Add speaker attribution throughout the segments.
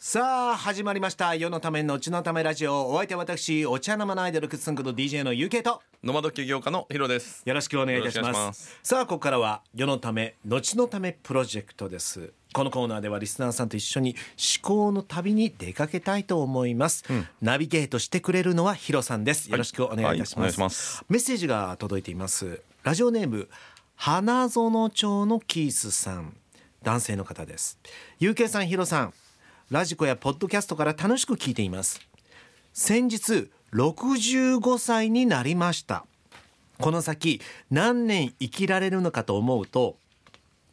Speaker 1: さあ始まりました世のためのうちのためラジオお相手は私お茶の間のアイドルクッスンこと DJ の UK と
Speaker 2: ノマド起業家のヒロです。
Speaker 1: よろしくお願いいたします
Speaker 2: よろしくお願いしま
Speaker 1: さあここからは世のため後のためプロジェクトですこのコーナーではリスナーさんと一緒に思考の旅に出かけたいと思います、ナビゲートしてくれるのはヒロさんですよろしくお願いいたします,、
Speaker 2: はいはいお願いします
Speaker 1: メッセージが届いていますラジオネーム花園町のキースさん男性の方ですゆうけいさんヒロさんラジコやポッドキャストから楽しく聞いています先日65歳になりましたこの先何年生きられるのかと思うと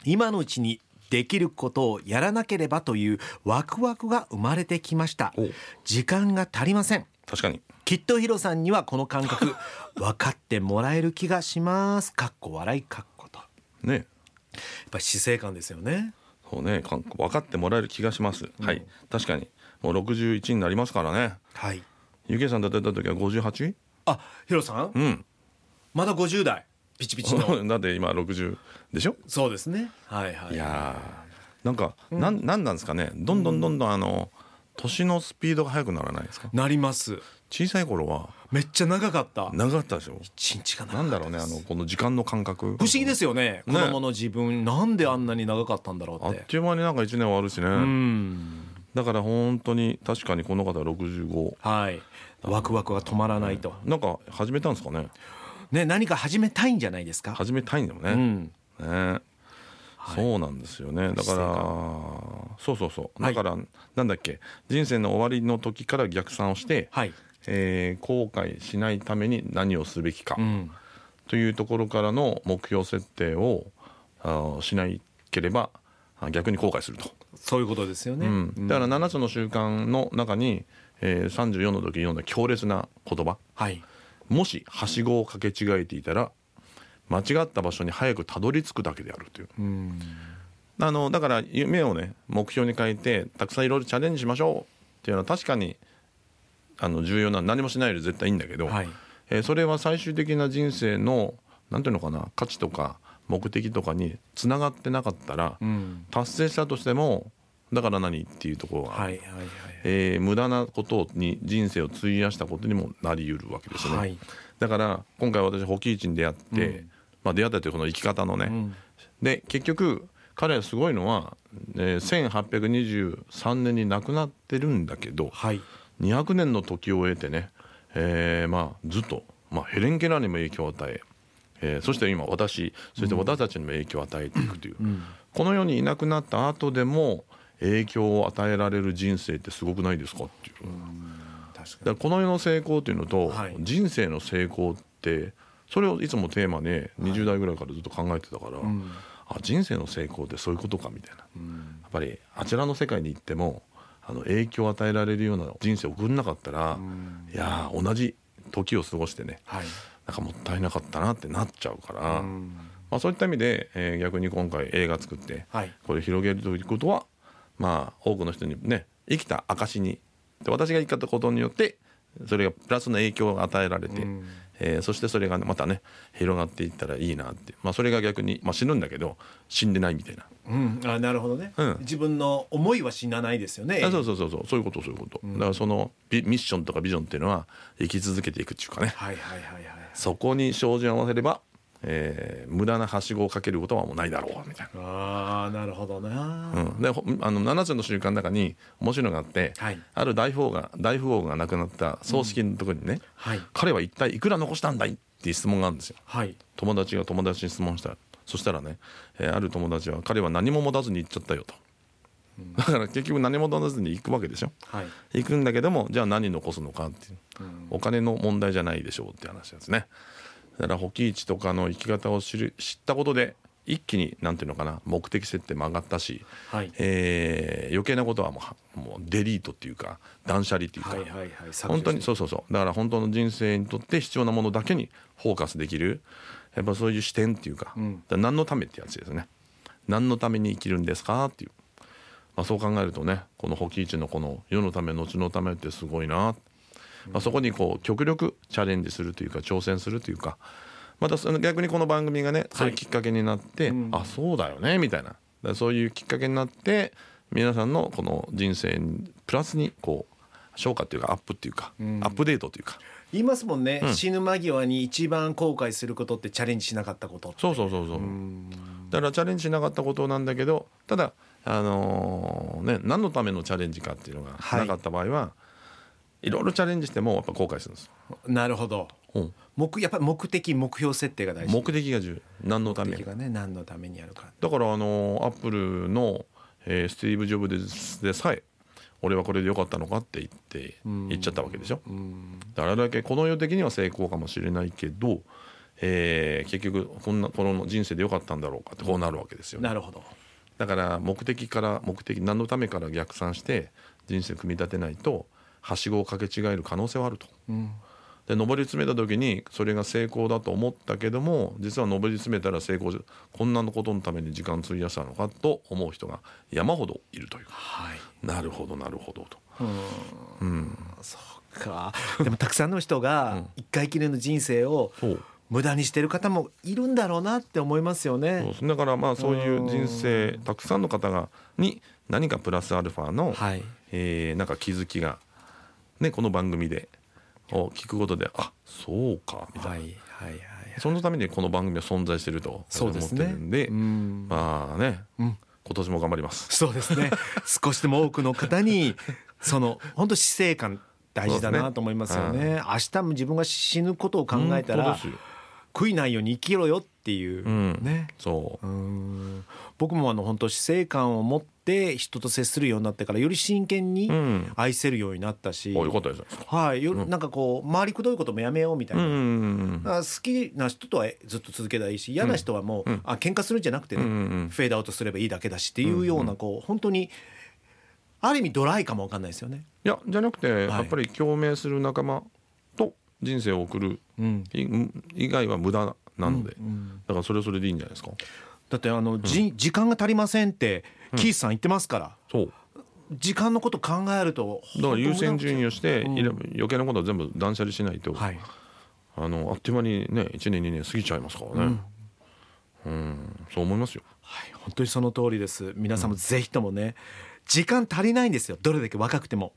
Speaker 1: 今のうちにできることをやらなければというワクワクが生まれてきました
Speaker 2: お
Speaker 1: 時間が足りません
Speaker 2: 確かに。
Speaker 1: きっとヒロさんにはこの感 覚分かってもらえる気がしますかっこ笑いかっことや
Speaker 2: ね。
Speaker 1: っぱり死生観ですよね
Speaker 2: そうね。かん分かってもらえる気がします。はい。確かに。もう61になりますからね。
Speaker 1: はい
Speaker 2: ゆけいさんだってた時は 58?
Speaker 1: あヒロさん、
Speaker 2: うん。
Speaker 1: まだ50代ピチピチの
Speaker 2: だって今60でしょ
Speaker 1: そうですねはいはい
Speaker 2: いやーなんか、なんなんなんですかねどんどんどんどんあの年のスピードが速くならないですか
Speaker 1: なります
Speaker 2: 小さい頃は
Speaker 1: めっちゃ長かった
Speaker 2: 長かったでしょ
Speaker 1: 一日が長か
Speaker 2: な
Speaker 1: った
Speaker 2: んだろうねあのこの時間の感覚
Speaker 1: 不思議ですよね子
Speaker 2: ね
Speaker 1: 供の自分、なんであんなに長かったんだろ
Speaker 2: あ
Speaker 1: うっ
Speaker 2: ってという間になんか1年終わるしね、
Speaker 1: うん
Speaker 2: だから本当に確かにこの方は65
Speaker 1: はいワクワクが止まらないと、
Speaker 2: なんか始めたんですかね
Speaker 1: ね何か始めたいんじゃないですか
Speaker 2: 始めたいんだよね、
Speaker 1: うん
Speaker 2: ね、そうなんですよねだ
Speaker 1: 姿
Speaker 2: か
Speaker 1: 勢
Speaker 2: らそうそうそう
Speaker 1: は
Speaker 2: だ
Speaker 1: い
Speaker 2: から、なんだっけ人生の終わりの時から逆算をして、
Speaker 1: はい
Speaker 2: えー後悔しないために何をすべきか、
Speaker 1: うん
Speaker 2: というところからの目標設定をあーしなければあ逆に後悔すると、
Speaker 1: そういうことですよね、
Speaker 2: うん、だから7つの習慣の中に、えー34の時に読んだ強烈な言葉
Speaker 1: はい
Speaker 2: もしはしごをかけ違えていたら間違った場所に早くたどり着くだけであるという
Speaker 1: うん
Speaker 2: あのだから夢をね目標に変えてたくさんいろいろチャレンジしましょうっていうのは確かにあの重要な何もしないより絶対いいんだけど、
Speaker 1: はい
Speaker 2: えーそれは最終的な人生のなんていうのかな価値とか目的とかにつながってなかったら、
Speaker 1: うん
Speaker 2: 達成したとしてもだから何っていうところが、
Speaker 1: はいはいはい
Speaker 2: えー無駄なことに人生を費やしたことにもなりうるわけですよね。
Speaker 1: はい
Speaker 2: だから今回私ホキイチに出会って、
Speaker 1: うん
Speaker 2: まあ、出会ったというこの生き方のね、
Speaker 1: ん
Speaker 2: で結局彼はすごいのは、えー1823年に亡くなってるんだけど
Speaker 1: はい
Speaker 2: 200年の時を経てね、えーまあ、ずっと、まあ、ヘレン・ケラーにも影響を与ええーそして今私そして私たちにも影響を与えていくという、この世にいなくなった後でも影響を与えられる人生ってすごくないですかっていう。
Speaker 1: 確か
Speaker 2: だからこの世の成功というのと、
Speaker 1: はい
Speaker 2: 人生の成功ってそれをいつもテーマに20代ぐらいからずっと考えてたから、あ人生の成功ってそういうことかみたいな、やっぱりあちらの世界に行ってもあの影響を与えられるような人生を送んなかったら、いやー同じ時を過ごしてね
Speaker 1: にはい
Speaker 2: なんかもったいなかったなってなっちゃうから、
Speaker 1: ん
Speaker 2: まあ、そういった意味で、えー逆に今回映画作って、
Speaker 1: はい
Speaker 2: これ広げるということはまあ多くの人にね生きた証にで私が生きたことによってそれがプラスの影響を与えられて、
Speaker 1: うん
Speaker 2: えーそしてそれがねまたね広がっていったらいいなって、まあ、それが逆に、まあ、死ぬんだけど死んでないみたいな、
Speaker 1: うんあなるほどね、
Speaker 2: うん
Speaker 1: 自分の思いは死なないですよね
Speaker 2: あそうそうそうそうそういうことそういうこと、だからそのビミッションとかビジョンっていうのは生き続けていくっていうかね
Speaker 1: はいはいはいはい
Speaker 2: そこに照準を合わせれば、えー無駄なはしごをかけることはもうないだろうみたい
Speaker 1: ああなるほどな、
Speaker 2: な、うん、でほあの7つの習慣の中に面白いのがあって、
Speaker 1: はい
Speaker 2: ある大富豪が大富豪が亡くなった葬式のところにね、
Speaker 1: はい
Speaker 2: 彼は一体いくら残したんだいっていう質問があるんですよ
Speaker 1: はい
Speaker 2: 友達が友達に質問したそしたらね、えーある友達は彼は何も持たずに行っちゃったよと、だから結局何も持たずに行くわけでしょ
Speaker 1: はい
Speaker 2: 行くんだけどもじゃあ何残すのかっていう、お金の問題じゃないでしょうって話なんですねだから保木市とかの生き方を知る知ったことで一気になんていうのかな目的設定も上がったし、
Speaker 1: はい
Speaker 2: えー余計なことはもうはもうデリートっていうか断捨離っていうか、
Speaker 1: はいはいはい削除して
Speaker 2: 本当にそうそうそうだから本当の人生にとって必要なものだけにフォーカスできるやっぱそういう視点っていうか,、
Speaker 1: ん
Speaker 2: 何のためってやつですね何のために生きるんですかっていう、まあ、そう考えるとねこの保木市のこの世のため後のためってすごいな、まあ、そこにこう極力チャレンジするというか挑戦するというかまたその逆にこの番組がねそういうきっかけになって、あそうだよねみたいなだからそういうきっかけになって皆さんのこの人生プラスにこう消化っていうかアップっていうか、アップデートというか
Speaker 1: 言いますもんね、死ぬ間際に一番後悔することってチャレンジしなかったこと
Speaker 2: そうそうそうそう、だからチャレンジしなかったことなんだけどただあのーね何のためのチャレンジかっていうのが
Speaker 1: はい
Speaker 2: なかった場合は、い、ろいろチャレンジしてもやっぱ後悔するんです、
Speaker 1: なるほど目やっぱり目的目標設定が大事
Speaker 2: 目的が重要何のため
Speaker 1: 目的がね何のためにやるか
Speaker 2: だからあのアップルの、えースティーブ・ジョブズでさえ俺はこれで良かったのかって言って言っちゃったわけでしょ。だからあれだけこの世的には成功かもしれないけど、えー結局こんなこの人生で良かったんだろうかってこうなるわけですよね。
Speaker 1: なるほど
Speaker 2: だから目的から目的何のためから逆算して人生組み立てないとはしごをかけ違える可能性はあると。で上り詰めた時にそれが成功だと思ったけども実は上り詰めたら成功じゃこんなことのために時間費やしたのかと思う人が山ほどいるという
Speaker 1: はい
Speaker 2: なるほどなるほどと
Speaker 1: そうかでもたくさんの人が一回きりの人生を
Speaker 2: そう
Speaker 1: 無駄にしてる方もいるんだろうなって思いますよ
Speaker 2: そう
Speaker 1: ね
Speaker 2: ですだからまあそういう人生たくさんの方がに何かプラスアルファの、
Speaker 1: はい
Speaker 2: えーなんか気づきが、ね、この番組でを聞くことであそうかみたいな
Speaker 1: はいはいはいはい
Speaker 2: そのためにこの番組は存在してると
Speaker 1: そうですね
Speaker 2: 思ってるんで
Speaker 1: うん
Speaker 2: まあね、
Speaker 1: ん
Speaker 2: 今年も頑張ります。
Speaker 1: そうです ね少しでも多くの方にその本当死生観大事だ
Speaker 2: そうです
Speaker 1: な
Speaker 2: ね
Speaker 1: と思いますよね明日も自分が死ぬことを考えた
Speaker 2: 本
Speaker 1: ら
Speaker 2: 当ですよ
Speaker 1: 悔いないように生きろよっていう、
Speaker 2: うん
Speaker 1: ね
Speaker 2: そうう、
Speaker 1: ん僕もあの本当死生観を持って人と接するようになってからより真剣に
Speaker 2: ん
Speaker 1: 愛せるようになったし、
Speaker 2: あよかったです。
Speaker 1: はい、よなんかこう周りくどいこともやめようみたい
Speaker 2: うん
Speaker 1: な、
Speaker 2: うんうん
Speaker 1: だから好きな人とはずっと続けたらいいし嫌な人はもう、あ喧嘩するんじゃなくてね、
Speaker 2: うんうん
Speaker 1: フェードアウトすればいいだけだしっていうようなこう本当にある意味ドライかもわかんないですよね。
Speaker 2: いやじゃなくて、やっぱり共鳴する仲間と人生を送る
Speaker 1: うん、
Speaker 2: い以外は無駄なので、だからそれはそれでいいんじゃないですか。
Speaker 1: だってあの、じ時間が足りませんってキースさん言ってますから、
Speaker 2: そう
Speaker 1: 時間のこと考えると
Speaker 2: だから優先順位をして、
Speaker 1: ん
Speaker 2: いれ余計なことは全部断捨離しないと、
Speaker 1: はい
Speaker 2: あのあっという間にね1年2年過ぎちゃいますからね。うん、そう思いますよ。
Speaker 1: はい、本当にその通りです皆さんもぜひともね、時間足りないんですよどれだけ若くても、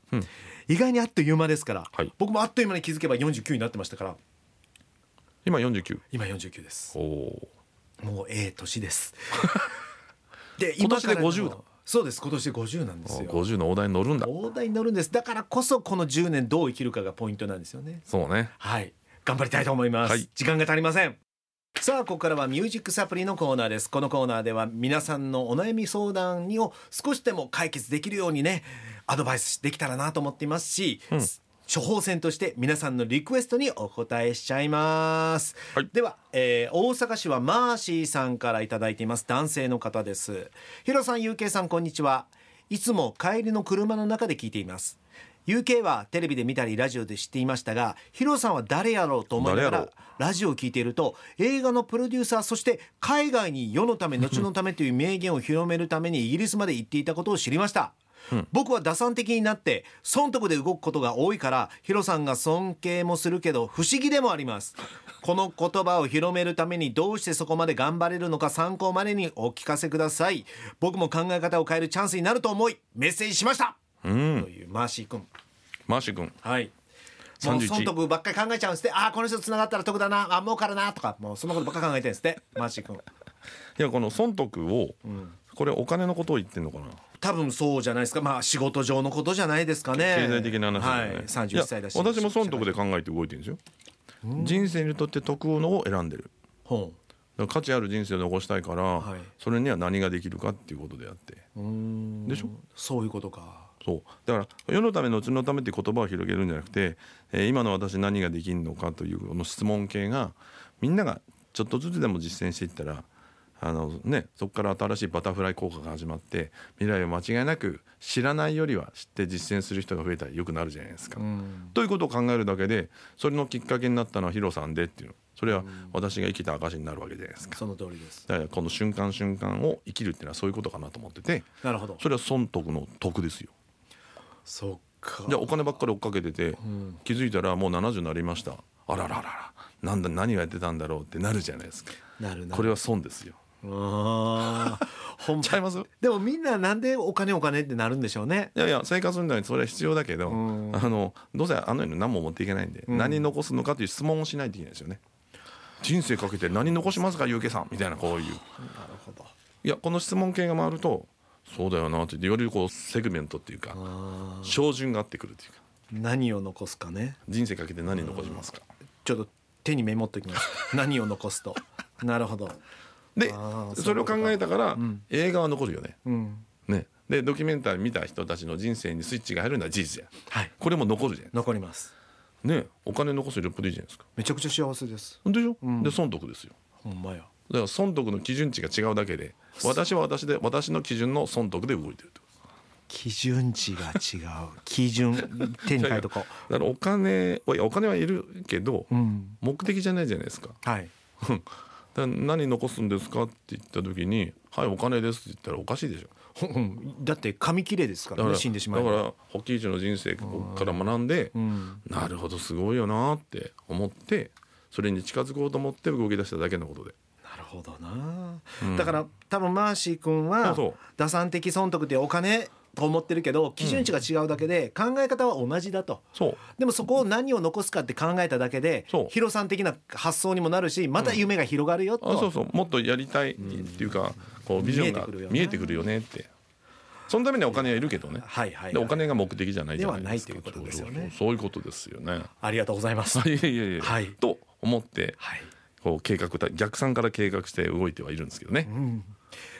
Speaker 1: 意外にあっという間ですから、
Speaker 2: はい
Speaker 1: 僕もあっという間に気づけば49になってましたから
Speaker 2: 今49。
Speaker 1: 今49です
Speaker 2: おお。
Speaker 1: もうええ年です で
Speaker 2: 今年で
Speaker 1: からの
Speaker 2: 50だ
Speaker 1: そうです今年で50なんですよ
Speaker 2: 50の大台に乗るんだ。
Speaker 1: 大台に乗るんですだからこそこの10年どう生きるかがポイントなんですよね
Speaker 2: そうね。
Speaker 1: はい頑張りたいと思います、
Speaker 2: はい
Speaker 1: 時間が足りませんさあここからはミュージックサプリのコーナーですこのコーナーでは皆さんのお悩み相談にを少しでも解決できるようにねアドバイスできたらなと思っていますし、処方箋として皆さんのリクエストにお答えしちゃいます、
Speaker 2: はい
Speaker 1: では、えー大阪市はマーシーさんからいただいています男性の方ですヒロさん UK さんこんにちはいつも帰りの車の中で聞いています UK はテレビで見たりラジオで知っていましたがヒロさんは誰やろうと思いなが
Speaker 2: 誰や
Speaker 1: ら
Speaker 2: ろう
Speaker 1: ラジオを聞いていると映画のプロデューサーそして海外に世のため後のためという名言を広めるためにイギリスまで行っていたことを知りました、僕は打算的になって損得で動くことが多いからヒロさんが尊敬もするけど不思議でもありますこの言葉を広めるためにどうしてそこまで頑張れるのか参考までにお聞かせください僕も考え方を変えるチャンスになると思いメッセージしました、というマーシー君
Speaker 2: マーシー君。
Speaker 1: はい。もう
Speaker 2: 31
Speaker 1: 損得ばっかり考えちゃうんですってああこの人つながったら得だなあ儲かるなとかもうそんなことばっかり考えてるんですって マーシー君
Speaker 2: いやこの損得を、これお金のことを言ってんのかな、
Speaker 1: 多分そうじゃないですかまあ仕事上のことじゃないですかね
Speaker 2: 経済的な話だ
Speaker 1: は
Speaker 2: よね、
Speaker 1: い、
Speaker 2: いや
Speaker 1: 31歳だし
Speaker 2: 私も損得で考えて動いてるんですよ、人生にとって得をのを選んでる
Speaker 1: ほ
Speaker 2: だから価値ある人生を残したいから、
Speaker 1: い
Speaker 2: それには何ができるかっていうことであって
Speaker 1: ううーん
Speaker 2: でしょ
Speaker 1: そういうことか
Speaker 2: そうだから世のため後のためって言葉を広げるんじゃなくて、えー今の私何ができるのかというこの質問系がみんながちょっとずつでも実践していったらあの、ね、そこから新しいバタフライ効果が始まって未来を間違いなく知らないよりは知って実践する人が増えたらよくなるじゃないですか。ということを考えるだけでそれのきっかけになったのはヒロさんでっていうそれは私が生きた証になるわけじゃないですか。
Speaker 1: その通りです
Speaker 2: だからこの瞬間瞬間を生きるっていうのはそういうことかなと思ってて
Speaker 1: なるほど
Speaker 2: それは損得の得ですよ。
Speaker 1: そっか
Speaker 2: じゃあお金ばっかり追っかけてて、気づいたらもう70になりましたあららららなんだ何をやってたんだろうってなるじゃないですか
Speaker 1: なるなる
Speaker 2: これは損ですよ
Speaker 1: あー本
Speaker 2: ちゃいます
Speaker 1: でもみんななんでお金お金ってなるんでしょうね。
Speaker 2: いやいや生活のためにそれは必要だけど、
Speaker 1: うん
Speaker 2: あのどうせあの世に何も持っていけないんで、
Speaker 1: うん
Speaker 2: 何残すのかという質問をしないといけないですよね人生かけて何残しますかゆうけさんみたいなこう
Speaker 1: な
Speaker 2: いう
Speaker 1: るほど。
Speaker 2: いやこの質問系が回るとそうだよなって言ってよりこうセグメントっていうか
Speaker 1: あー
Speaker 2: 照準が合ってくるっていうか
Speaker 1: 何を残すかね。
Speaker 2: 人生かけて何残しますか
Speaker 1: ちょっと手にメモっときます。 何を残すと。なるほど。
Speaker 2: で
Speaker 1: あー
Speaker 2: それを考えたから、
Speaker 1: ん
Speaker 2: 映画は残るよね
Speaker 1: うん。
Speaker 2: ねでドキュメンタリー見た人たちの人生にスイッチが入るのは事実や
Speaker 1: はい。
Speaker 2: これも残るじゃん
Speaker 1: 残ります。
Speaker 2: ねお金残すよりよっぽどいいじゃないですか
Speaker 1: めちゃくちゃ幸せです。
Speaker 2: でしょ、
Speaker 1: うん
Speaker 2: で損得ですよ
Speaker 1: ほんまや。
Speaker 2: だから損得の基準値が違うだけで私は私で私の基準の損得で動いてると
Speaker 1: 基準値が違う。基準手に書いとこ
Speaker 2: だからお金いやお金はいるけど、
Speaker 1: う。うん。
Speaker 2: 目的じゃないじゃないですか
Speaker 1: はい。
Speaker 2: だから何残すんですかって言った時に「はいお金です」って言ったらおかしいでしょ
Speaker 1: ほんだって紙切れですか
Speaker 2: だ
Speaker 1: ら
Speaker 2: か
Speaker 1: ね
Speaker 2: ら
Speaker 1: 死んでしまえ
Speaker 2: だ
Speaker 1: ば。
Speaker 2: から保育士の人生から学んで、
Speaker 1: うん。
Speaker 2: なるほどすごいよなって思ってそれに近づこうと思って動き出しただけのことで
Speaker 1: なるほどな、
Speaker 2: うん
Speaker 1: だから多分マーシー君は
Speaker 2: そうそう
Speaker 1: 打算的損得ってお金と思ってるけど基準値が違うだけで考え方は同じだと、
Speaker 2: そう
Speaker 1: でもそこを何を残すかって考えただけで
Speaker 2: そう
Speaker 1: ヒロさん的な発想にもなるしまた夢が広がるよと、
Speaker 2: あそうそうもっとやりたいっていうか、こうビジョンが
Speaker 1: 見
Speaker 2: 見
Speaker 1: え
Speaker 2: え
Speaker 1: て
Speaker 2: て
Speaker 1: く
Speaker 2: く
Speaker 1: る
Speaker 2: るよねってそのためにはお金はいるけどね、
Speaker 1: はいはい、
Speaker 2: でお
Speaker 1: はい
Speaker 2: 金が目的じゃないじゃないですか
Speaker 1: ではないということですよね
Speaker 2: そうそうそうそういうことですよね
Speaker 1: ありがとうございます、
Speaker 2: いやいやいや、
Speaker 1: はい
Speaker 2: と思って
Speaker 1: はい
Speaker 2: こう計画た逆算から計画して動いてはいるんですけどね、
Speaker 1: うん、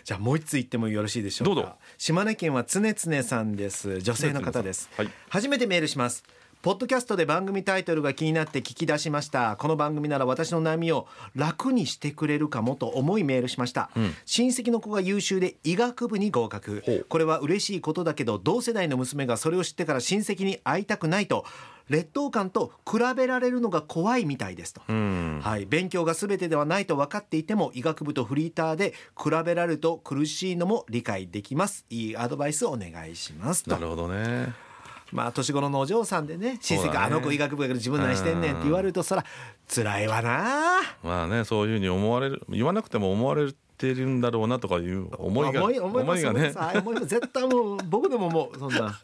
Speaker 1: じゃあもう一つ言ってもよろしいでしょうか
Speaker 2: どうぞ
Speaker 1: 島根県は常々さんです女性の方です、
Speaker 2: はい
Speaker 1: 初めてメールしますポッドキャストで番組タイトルが気になって聞き出しましたこの番組なら私の悩みを楽にしてくれるかもと思いメールしました、
Speaker 2: ん
Speaker 1: 親戚の子が優秀で医学部に合格
Speaker 2: ほう
Speaker 1: これは嬉しいことだけど同世代の娘がそれを知ってから親戚に会いたくないと劣等感と比べられるのが怖いみたいですと、
Speaker 2: うん
Speaker 1: はい、勉強が全てではないと分かっていても医学部とフリーターで比べられると苦しいのも理解できますいいアドバイスをお願いしますと
Speaker 2: なるほどね
Speaker 1: まあ年頃のお嬢さんでね親
Speaker 2: そう
Speaker 1: 戚、
Speaker 2: だね
Speaker 1: あの子医学部やから自分何してんねんって言われるとそら辛いわな
Speaker 2: まあねそういうふうに思われる言わなくても思われてるんだろうなとかいう思いが
Speaker 1: 思い思います
Speaker 2: が
Speaker 1: 思いま
Speaker 2: ね
Speaker 1: すはい思います絶対もう僕でももうそんな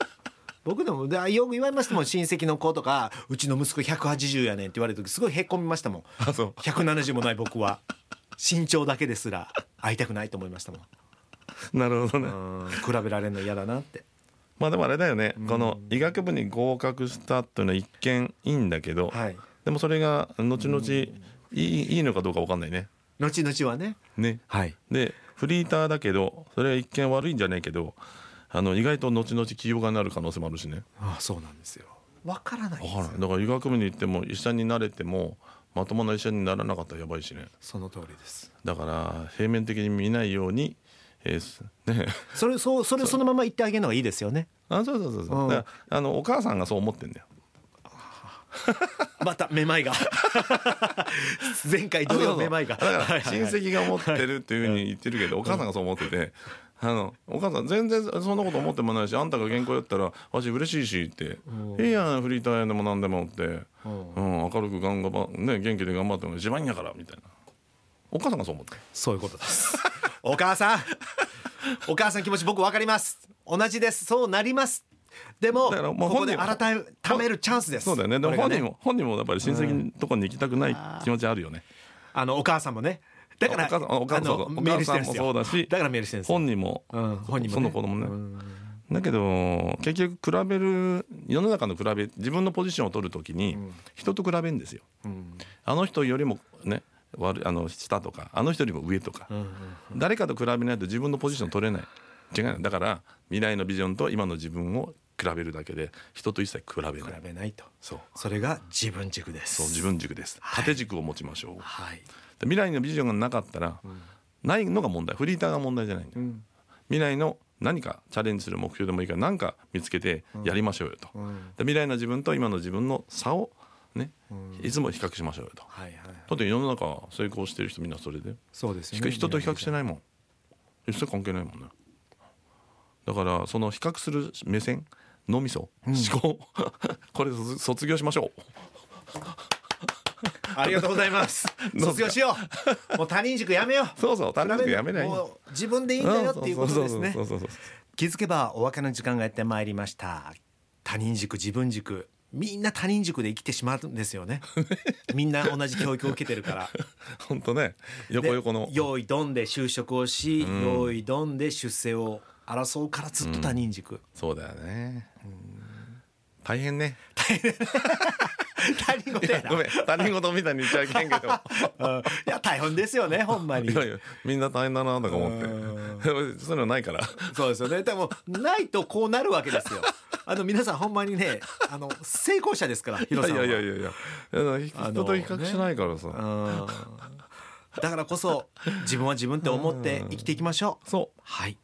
Speaker 1: 僕でもでよく言われましたもん親戚の子とかうちの息子180やねんって言われる時すごいへこみましたもん
Speaker 2: あそう
Speaker 1: 170もない僕 は身長だけですら会いたくないと思いましたもん
Speaker 2: なるほどね、
Speaker 1: うん比べられるの嫌だなって
Speaker 2: まあでもあれだよね、この医学部に合格したというのは一見いいんだけど、
Speaker 1: はい
Speaker 2: でもそれが後々いいいいのかどうかわかんないね。
Speaker 1: 後々はね
Speaker 2: ね
Speaker 1: はい
Speaker 2: でフリーターだけどそれは一見悪いんじゃないけどあの意外と後々起業家になる可能性もあるしね
Speaker 1: ああそうなんですよわからないんで
Speaker 2: 分
Speaker 1: す
Speaker 2: か
Speaker 1: よ
Speaker 2: らないだから医学部に行っても医者になれてもまともな医者にならなかったらやばいしね
Speaker 1: その通りです
Speaker 2: だから平面的に見ないように、えーすね
Speaker 1: それそうそれをそのまま言ってあげるのがいいですよね
Speaker 2: あそうそうそうそう、
Speaker 1: うん
Speaker 2: だからあのお母さんがそう思ってんだよ
Speaker 1: まためまい が前回同様めまいが
Speaker 2: だから
Speaker 1: はいはい
Speaker 2: 親
Speaker 1: はい
Speaker 2: 戚が思ってるっていうふうに言ってるけど、お母さんがそう思ってて。あのお母さん全然そんなこと思ってもないしあんたが原稿やったら「わし嬉しいし」って「いいやんフリーターやでも何でも」って「うん、明るく頑張ね元気で頑張っても自慢やから」みたいなお母さんがそう思って
Speaker 1: そういうことです お母さんお母さん気持ち僕わかります同じですそうなりますでも
Speaker 2: だからも
Speaker 1: こ
Speaker 2: う
Speaker 1: こ
Speaker 2: 本
Speaker 1: で
Speaker 2: 人は
Speaker 1: 改めるチャンスです
Speaker 2: そうだよねで
Speaker 1: こ
Speaker 2: も
Speaker 1: れが
Speaker 2: 本人も、本人もやっぱり親戚のとこに行きたくない気持ちあるよね
Speaker 1: あのお母さんもねだから
Speaker 2: お母さんお母さん
Speaker 1: あの
Speaker 2: そうそう
Speaker 1: メールしてるんですよ
Speaker 2: お母さんもそうだし
Speaker 1: だからメールしてるんですよ
Speaker 2: 本人も、
Speaker 1: うん本人もね
Speaker 2: その子供ね、
Speaker 1: うん
Speaker 2: だけど結局比べる世の中の比べ自分のポジションを取るときに人と比べるんですよ、
Speaker 1: うん
Speaker 2: あの人よりもね悪いあの下とかあの人よりも上とか、誰かと比べないと自分のポジション取れない違うのだから未来のビジョンと今の自分を比べるだけで人と一切比べない
Speaker 1: 比べないと
Speaker 2: そう
Speaker 1: それが自分軸です
Speaker 2: そう自分軸です縦軸を持ちましょう、
Speaker 1: はい
Speaker 2: で未来のビジョンがなかったら、ないのが問題フリーターが問題じゃないんだよ、未来の何かチャレンジする目標でもいいから何か見つけてやりましょうよと、
Speaker 1: うん
Speaker 2: で未来の自分と今の自分の差をね、いつも比較しましょうよと
Speaker 1: はいはい
Speaker 2: だって世の中成功してる人みんなそれで
Speaker 1: そうです
Speaker 2: 比
Speaker 1: よ
Speaker 2: 較
Speaker 1: ね
Speaker 2: 人と比較してないもん一切関係ないもんねだからその比較する目線 脳みそ思考これ卒卒業しましょう
Speaker 1: ありがとうござい ます。卒業しよう。もう他人軸やめよう。
Speaker 2: そうそう他人軸やめない
Speaker 1: 比べるもう自分でいいんだよっていうことですね
Speaker 2: そ。うそうそうそう
Speaker 1: 気づけばお別れの時間がやってまいりました。他人軸、自分軸。みんな他人軸で生きてしまうんです よね。みんな同じ教育を受けてるから。
Speaker 2: 本当ね
Speaker 1: で
Speaker 2: 横横の
Speaker 1: 用意ドンで就職をし、用意ドンで出世を争うからずっと他人軸。
Speaker 2: そうだよね大変ね
Speaker 1: 他人事やな。
Speaker 2: ごめ ん他人事みたいに言っちゃいけんけど
Speaker 1: うんいや大変ですよねほん まに
Speaker 2: い。やいやみんな大変だなとか思って そういうのないから
Speaker 1: そうですよね。でもないとこうなるわけですよ。あの皆さんほんまにね、あの成功者ですから、ヒ
Speaker 2: い
Speaker 1: ロ
Speaker 2: や
Speaker 1: さん
Speaker 2: い
Speaker 1: は。
Speaker 2: やいやいやいや
Speaker 1: あの
Speaker 2: 人と比較しないからさ、
Speaker 1: うんだからこそ自分は自分って思って生きていきましょう。
Speaker 2: そう
Speaker 1: はい。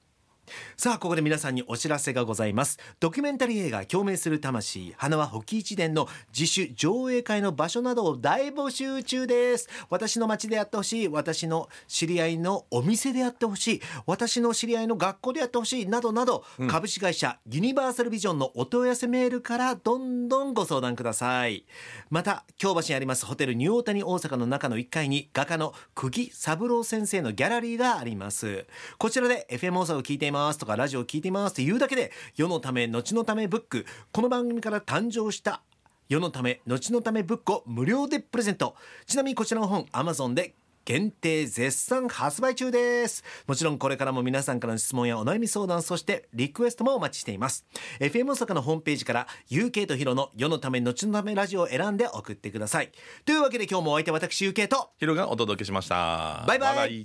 Speaker 1: さあここで皆さんにお知らせがございますドキュメンタリー映画「共鳴する魂花は保木一伝」の自主上映会の場所などを大募集中です私の町でやってほしい私の知り合いのお店でやってほしい私の知り合いの学校でやってほしいなどなど、株式会社ユニバーサルビジョンのお問い合わせメールからどんどんご相談くださいまた京橋にありますホテルニューオータニ大阪の中の1階に画家の釘三郎先生のギャラリーがありますこちらで FM 放送を聞いていますとかラジオを聞いていますって言うだけで世のため後のためブックこの番組から誕生した世のため後のためブックを無料でプレゼントちなみにこちらの本 Amazon で限定絶賛発売中ですもちろんこれからも皆さんからの質問やお悩み相談そしてリクエストもお待ちしています FM 大阪のホームページから UK とヒロの世のため後のためラジオを選んで送ってくださいというわけで今日もお相手は私 UK と
Speaker 2: ヒロがお届けしました
Speaker 1: バイバイ
Speaker 2: イ